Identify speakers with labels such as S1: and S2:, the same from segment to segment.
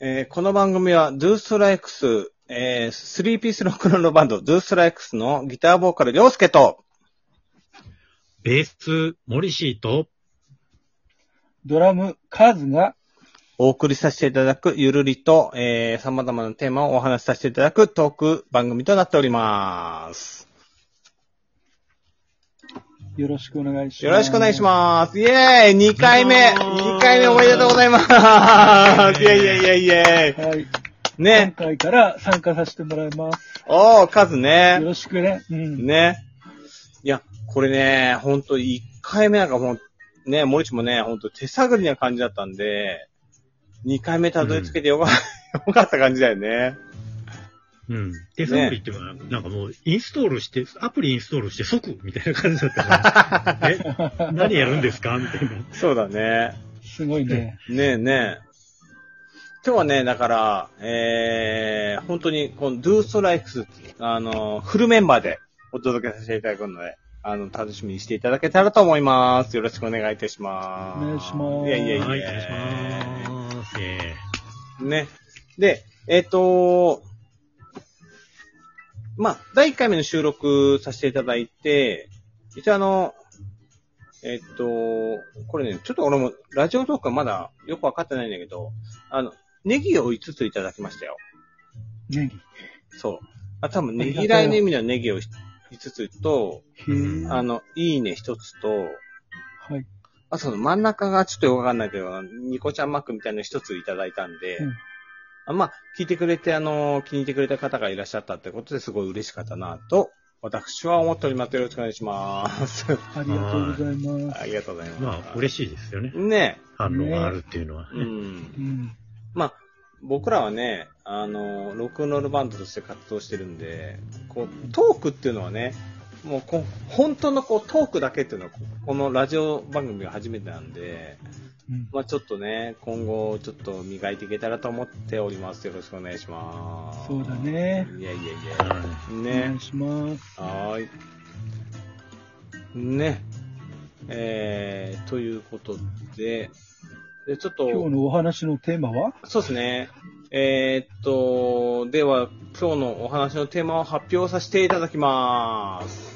S1: えーこの番組は、ドゥーストライクス、えー、スリーピースロックロンロバンド、ドゥーストライクスのギターボーカル、りょうすけと、
S2: ベース、森氏と、
S3: ドラム、カズが、
S1: お送りさせていただく、ゆるりと、えー、様々なテーマをお話しさせていただくトーク番組となっております。
S3: よろしくお願いします。
S1: よろしくお願いします。イェーイ !2 回目
S2: どうも
S1: !2 回目おめでとうございますイェイイェイイェイイェイ
S3: はい。今
S1: ね、
S3: 回から参加させてもらいます。
S1: おー、カズ
S3: よ
S1: ね。
S3: ろしくね。うん。
S1: ね。いや、これね、ほんと1回目なんかもう、ね、森地もね、ほんと手探りな感じだったんで、2回目たどり着けてよか,、 よかった感じだよね。
S2: うん。手探りっていうか、なんかもう、インストールして、アプリインストールして即、みたいな感じだった から、え、何やるんですかみたいな。
S1: そうだね。
S3: すごいね。
S1: ねえねえ。今日はね、だから、えー、本当に、この、ドゥーストライクス、あの、フルメンバーでお届けさせていただくので、あの、楽しみにしていただけたらと思います。よろしくお願いいたします。
S3: お願いします
S1: いやいやいや。
S2: はい、お願いします。え
S1: ね。で、えっ、とまあ、第1回目の収録させていただいて、一応あの、えっ、とこれね、ちょっと俺もラジオトークはまだよくわかってないんだけど、あの、ネギを5ついただきましたよ。
S3: ネギ。
S1: そう。あ、多分ねぎらいの意味のネギを5つと、
S3: へー
S1: あの、いいね1つと、
S3: はい。
S1: あ、その真ん中がちょっとよくわかんないけど、ニコちゃんマックみたいなの一ついただいたんで、
S3: うん
S1: あまあ、聞いてくれて、あの、気に入ってくれた方がいらっしゃったってことですごい嬉しかったなと、私は思っております。よろしくお願いします。
S3: ありがとうございます。
S1: ありがとうござい
S2: え
S1: ます。
S2: まあ、嬉しいですよね。
S1: ね
S2: 反応があるっていうのは。
S1: え。うん
S3: う。ん。
S1: まあ、僕らはね、あの、ロックンロールバンドとして活動してるんで、こう、トークっていうのはね、もうこ、本当のこう、トークだけっていうのは、このラジオ番組が初めてなんで、
S3: うん
S1: まあちょっとね、今後ちょっと磨いていけたらと思っております。よろしくお願いします。
S3: そうだ。ね。
S1: いやいやい
S2: は
S1: や。
S3: お願
S1: ね
S3: い。します。
S1: はーい。ね。えー、ということで、で、ちょっと、
S3: 今日のお話のテーマは
S1: そうですね。えー、っと、では、今日のお話のテーマを発表させていただきます。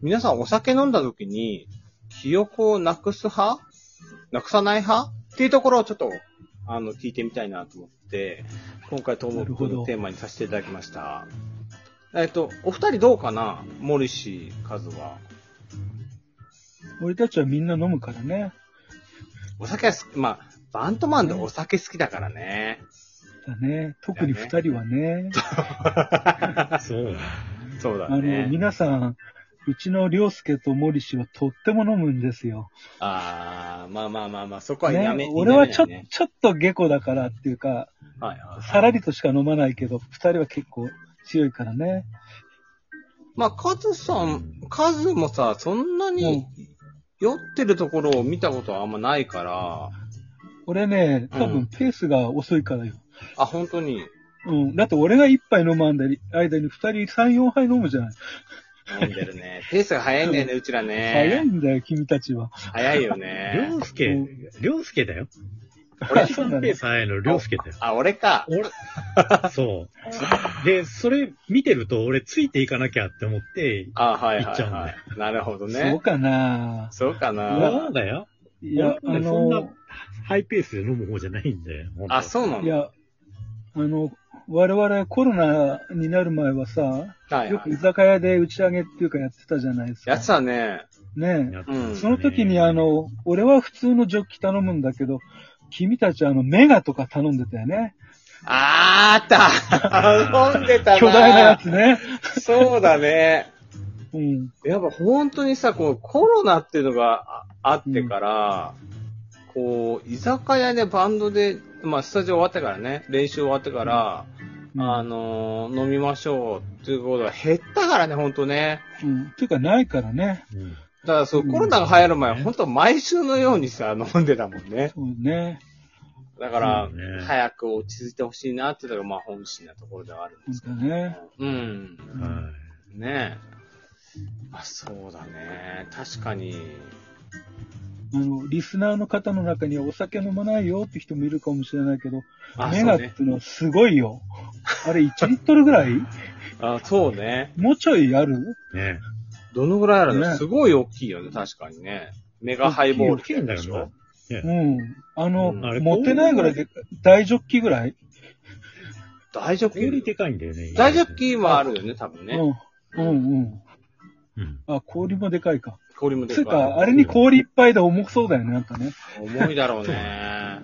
S1: 皆さんお酒飲んだ時に、記憶をなくす派なくさない派っていうところをちょっと、あの、聞いてみたいなと思って、今回トーモ
S3: なるほ
S1: クの
S3: ど
S1: テーマにさせていただきました。えーっと、お二人どうかなモリシー、カズは。
S3: 俺たちはみんな飲むからね。
S1: お酒は好き、まあ、バントマンでお酒好きだからね。
S3: だね。特に二人はね。
S2: い。そう。
S1: そうだ
S3: あの、
S1: ね。
S3: 皆さん、うちの涼介と森氏はとっても飲むんですよ。
S1: ああ、まあまあまあまあ、そこはやめ、
S3: ね、俺はちょ
S1: やめないね
S3: ちょっと下戸だからっていうか、
S1: はいはい
S3: さらりとしか飲まないけど、二人は結構強いからね。
S1: まあ、カズさん、カズもさ、そんなに酔ってるところを見たことはあんまないから、
S3: 俺ね、多
S1: うん
S3: 分ペースが遅いからよ。
S1: あ、本当に。
S3: うん。だって俺が一杯飲まんだり、間に二人三、四杯飲むじゃない。
S1: 飲んでる ね。ペースが早いんだよね、うちら
S3: 早い
S1: ね。
S3: んだよ、君たちは。
S1: 早いよ
S2: りょ
S1: ね。
S2: うすけ、りょうすけだよ。
S1: 俺、
S3: そうだ
S2: ペー
S3: ね。
S2: ス早いの、りょうすけだよ。
S1: あ、俺か。
S2: 俺、そう。で、それ見てると、俺ついていかなきゃって思って、
S1: あ、はい
S2: 行っ
S1: は
S2: ち
S1: い
S2: ゃうんだ
S1: は
S2: よ
S1: い。なるほど
S3: そう
S1: ね。
S3: かな
S1: そうか
S2: そ
S1: な。
S2: うだよ。
S3: いや、あ
S2: 俺そんな
S3: の、
S2: ハイペースで飲む方じゃないんで。本当
S1: あ、そうないの
S3: や、あの、我々コロナになる前はさ、
S1: はい
S3: よ
S1: は
S3: く
S1: い
S3: 居。酒屋で打ち上げっていうかやってたじゃないですか。
S1: やつはね、
S3: ねえ
S2: やっ
S1: うん
S3: その時にあ、の、俺は普通のジョッキ頼むんだけど、君たちあの、メガとか頼んでたよね。
S1: あーあった飲んでたな
S3: 巨大なやつね。
S1: そうだね。
S3: うん。
S1: やっぱ本当にさ、このコロナっていうのがああってから、こう、居酒屋でバンドで、まあ、スタジオ終わってからね、練習終わってから、あのー飲みましょうっていうことが減ったからね、本当ね。
S3: うん。っていうか、ないからね。
S2: うん
S1: だからそう、コロナが流行る前、本当毎週のようにさ、飲んでたもんね。
S3: そうね。
S1: だから、
S2: そうね
S1: 早く落ち着いてほしいなっていうのが、まあ本心なところではあるんですけ
S3: 本当ね。
S1: ど。うん。
S2: は
S1: ねえ。まあそうだね。確かに。
S3: あの、リスナーの方の中にはお酒飲まないよって人もいるかもしれないけど、
S1: あ、
S3: メ
S1: そ
S3: ガ
S1: う
S3: ってい
S1: ね。
S3: うのはすごいよ。あれ1リットルぐらい
S1: あ、そうね。
S3: もうちょいある
S2: い。ね
S1: どのぐらいあるの、
S3: ね
S1: すごい大きいよね、確かにね。メガハイボールってやつでしょ。
S3: うん。あの、
S1: うん
S2: あれ
S3: 持ってないぐらいで、大ジョッキぐらい、
S1: 大丈夫
S2: 氷でかいんだよね。
S1: 大丈夫キーはあるよね、多分ね。
S3: うん。うんうん。
S2: うん。
S3: あ、氷もでかいか。
S1: 氷もで
S3: つ。
S1: かいう
S3: か、あれに氷いっぱいで重そうだよね、なんかね。
S1: 重いだろう ね。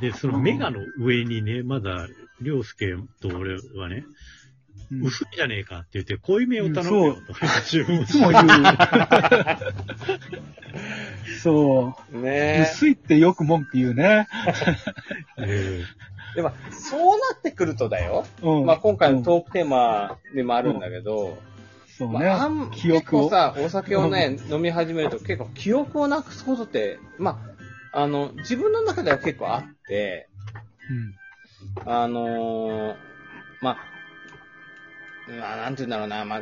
S2: で、そのメガの上にね、まだ、りょうすけと俺はね、
S3: うん
S2: 薄いじゃねえかって言って、濃いめを頼むよと。注文
S3: い
S2: し
S3: つも 言う。そう。
S1: ね
S3: 薄いってよく文句言うね。
S2: え
S1: え。でも、そうなってくるとだよ。
S3: うん。
S1: まあ今回のトークテーマでもあるんだけど、
S3: そう
S1: ま
S3: ね。
S1: あ、あん
S3: 記憶
S1: 結構
S3: を。
S1: さ、お酒をね、飲み始めると結構記憶をなくすことって、まあ、あの、自分の中では結構あって、
S3: うん。
S1: あのーまあ、まあ、なんて言うんだろうな、まあ、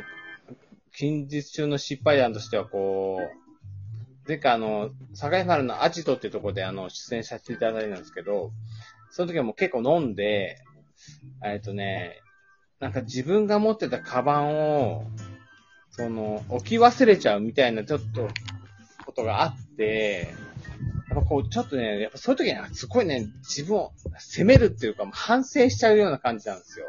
S1: 近日中の失敗談としては、こう、前回あの、境原のアジトっていうところであの、出演させていただいたんですけど、その時はもう結構飲んで、えっとね、なんか自分が持ってたカバンを、その、置き忘れちゃうみたいなちょっと、ことがあって、やっぱこう、ちょっとね、やっぱそういう時にはすごいね、自分を責めるっていうか、もう反省しちゃうような感じなんですよ。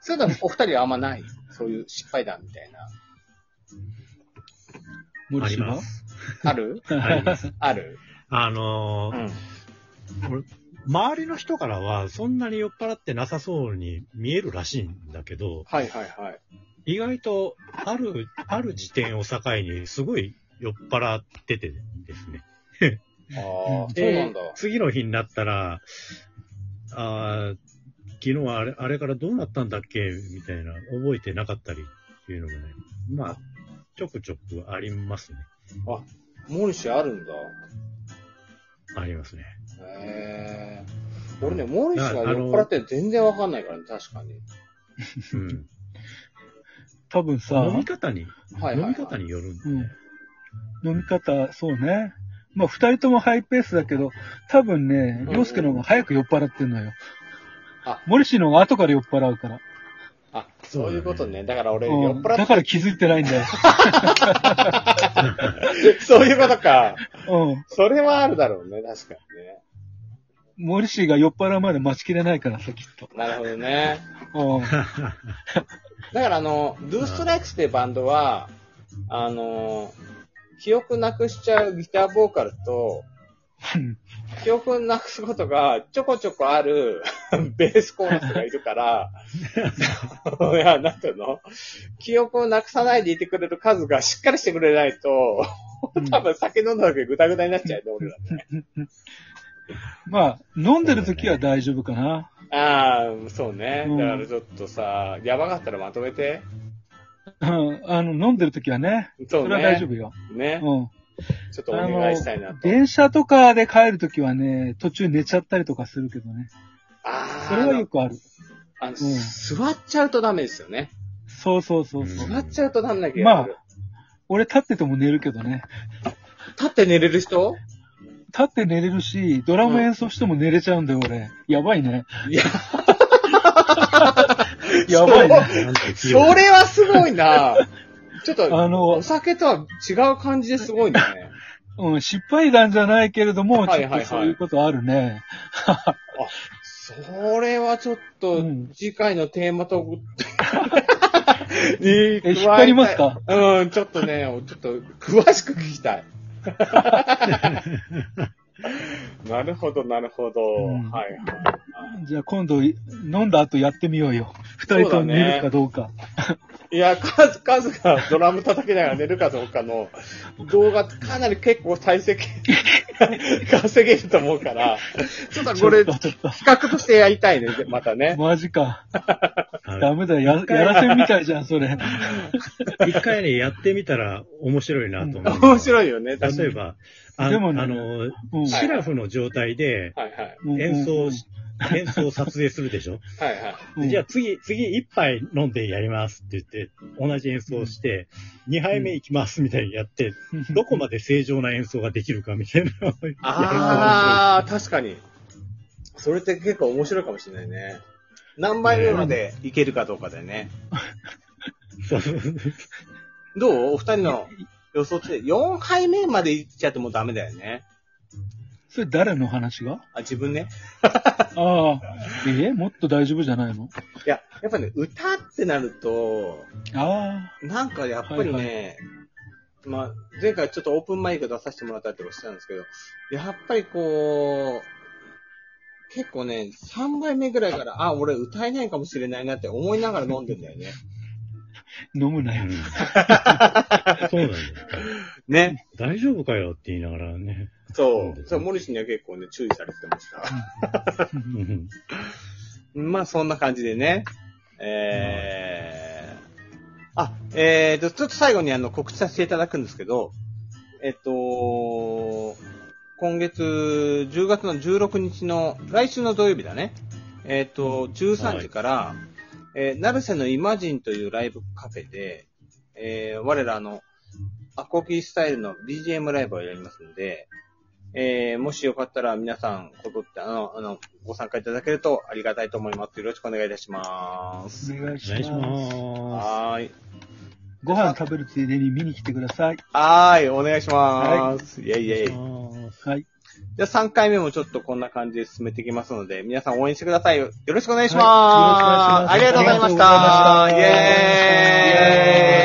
S1: そういうのはお二人はあんまない。そういう失敗談みたいな。
S2: えあ
S3: 森
S2: り
S3: 島
S2: ます。
S1: ある
S2: あります。
S1: ある
S2: あの
S1: う
S2: ー
S1: ん。
S2: 周りの人からは、そんなに酔っ払ってなさそうに見えるらしいんだけど、
S1: はいはいはい。
S2: 意外と、ある、ある時点を境に、すごい酔っ払っててですね。
S1: ああ、そう
S2: で
S1: なんだ。
S2: 次の日になったら、あー昨日はあれあれからどうなったんだっけみたいな、覚えてなかったりっていうのもね、まあ、ちょくちょくありますね。
S1: モリシーあるんだ。
S2: ありますね。
S1: へえ。俺ね、モリシーが酔っ払って全然わかんないからね、確かに。
S2: うん。
S3: 多分さ、
S2: 飲み方に、
S1: はいはいはい
S2: 飲み方によるんで、ね。
S3: 飲み方、そうね。まあ、二人ともハイペースだけど、多分ね、
S1: うん
S3: りょうすけの方が早く酔っ払ってんのよ。
S1: あ
S3: 森氏の方が後から酔っ払うから。
S1: あ、そういうことね。だから俺、酔
S3: う
S1: っ
S3: ん、
S1: 払
S3: だ
S1: って、
S3: から気づいてないんだよ。
S1: そういうことか。
S3: うん。
S1: それはあるだろうね、確かにね。
S3: 森氏が酔っ払うまで待ちきれないからさ、きっと。
S1: なるほどね。
S3: うん。
S1: だからあの、ドゥーストライクスってバンドは、あの、記憶なくしちゃうギターボーカルと、記憶なくすことがちょこちょこある ベースコーラスがいる から、いや、なんていうの記憶をなくさないでいてくれる数がしっかりしてくれないと、多分酒飲んだだけでグダグダになっちゃうね、俺らね。
S3: まあ、飲んでる時は大丈夫かな。
S1: ああ、そうね
S3: う。ん
S1: だからちょっとさ、やばかったらまとめて。
S3: うん。あの、飲んでる時はね。
S1: そう
S3: そ
S1: ね。
S3: れは大丈夫よ。
S1: ね。
S3: うん。
S1: ちょっとお願いしたいなと。
S3: 電車とかで帰るときはね、途中寝ちゃったりとかするけどね。
S1: あー
S3: それはよくある。
S1: あの、
S3: うん
S1: 座っちゃうとダメですよね。
S3: そうそうそうそうう。
S2: ん
S1: 座っちゃうとダメな気がする。
S3: 俺立ってても寝るけどね。
S1: 立って寝れる人
S3: 立って寝れるし、ドラム演奏しても寝れちゃうんだよ、俺。やばいね。
S1: いや、
S3: やばいね。
S2: なんて器
S1: そ
S2: 用な
S1: れはすごい なちょっと、
S3: あ
S1: お
S3: の、
S1: 酒とは違う感じですごいね。
S3: うん、失敗談じゃないけれども、
S1: はいはい
S3: ちょっ
S1: はい
S3: とそういうことあるね。
S1: それはちょっと
S3: うん、
S1: 次回のテーマトークに加え
S3: え、
S1: たい
S3: 引っ張りますか
S1: うん、ちょっとね、ちょっと詳しく聞き たい。なるほど、なるほど。
S3: ん
S1: はいはい。
S3: じゃあ今度、飲んだ後やってみようよ。二人とも寝るかどうか。
S1: いや、数々 がドラム叩きながら寝るかどうかの動画、かなり結構再生稼げると思うから、ちょっとこれ、
S3: ちょっと
S1: 企画としてやりたいね、またね。
S3: マジか。
S2: あ
S3: ダメだ。や、やらせみたいじゃん、それ。
S2: 一回ね、やってみたら面白いなと思う。
S1: 面
S2: い。
S1: 白いよね、確か
S2: 例え
S1: に。
S2: ば、あ
S3: でもね
S2: あの、
S3: うん
S2: シラフの状態で
S1: はいはい。
S2: 演奏し、演奏を撮影するでしょ、
S1: はいはい。
S3: うん
S2: じゃあ次、次一杯飲んでやりますって言って、同じ演奏をして、二杯目行きますみたいにやって、どこまで正常な演奏ができるかみたいな のをやると面白い。
S1: ああ、確かに。それって結構面白いかもしれないね。何枚目までいけるかどうかでね。
S2: そうそう
S1: どうお二人の予想って、4杯目までいっちゃってもうダメだよね。
S3: それ誰の 話が
S1: あ、自分ね。
S3: ああ。えもっと大丈夫じゃないの
S1: いや、やっぱね、歌ってなると、
S3: あ
S1: なんかやっぱり
S3: はい
S1: ね、まあ、前回ちょっとオープンマイク出させてもらったっておっしゃるんですけど、やっぱりこう、結構ね、3杯目ぐらいから、あ、俺歌えないかもしれないなって思いながら飲んでんだよね。
S3: あ。飲むなよ。
S2: そうなんだよ。
S1: ね。
S2: 大丈夫かよって言いながらね。
S1: そ
S2: うん
S1: う。そう、モリシには結構ね、注意されてました。
S2: うん
S1: まあ、そんな感じでね。えー、あ、えーと、ちょっと最後にあの、告知させていただくんですけど、えっと、今月、10月の16日の、来週の土曜日だね。えっと、13時から、えー、成瀬のイマジンというライブカフェで、えー、我らあの、アコギスタイルの BGM ライブをやりますので、えー、もしよかったら皆さん、ことって、あの、あの、ご参加いただけるとありがたいと思います。よろしくお願いいたします。
S3: お願い
S2: お
S3: し
S2: 願いし
S3: ます。
S2: ま
S1: はーい。
S3: ご飯食べるついでに見に来てください。
S1: はーい、お願いします。い、イェイイ
S2: す。
S1: ェイ。
S3: はい。
S1: じゃあ3回目もちょっとこんな感じで進めていきますので、皆さん応援してください。よろしくお願いします。
S3: はいよろしくお願いし
S1: ありがとうござ
S3: ます
S1: いました。
S3: ありがとうございました
S1: イェーイ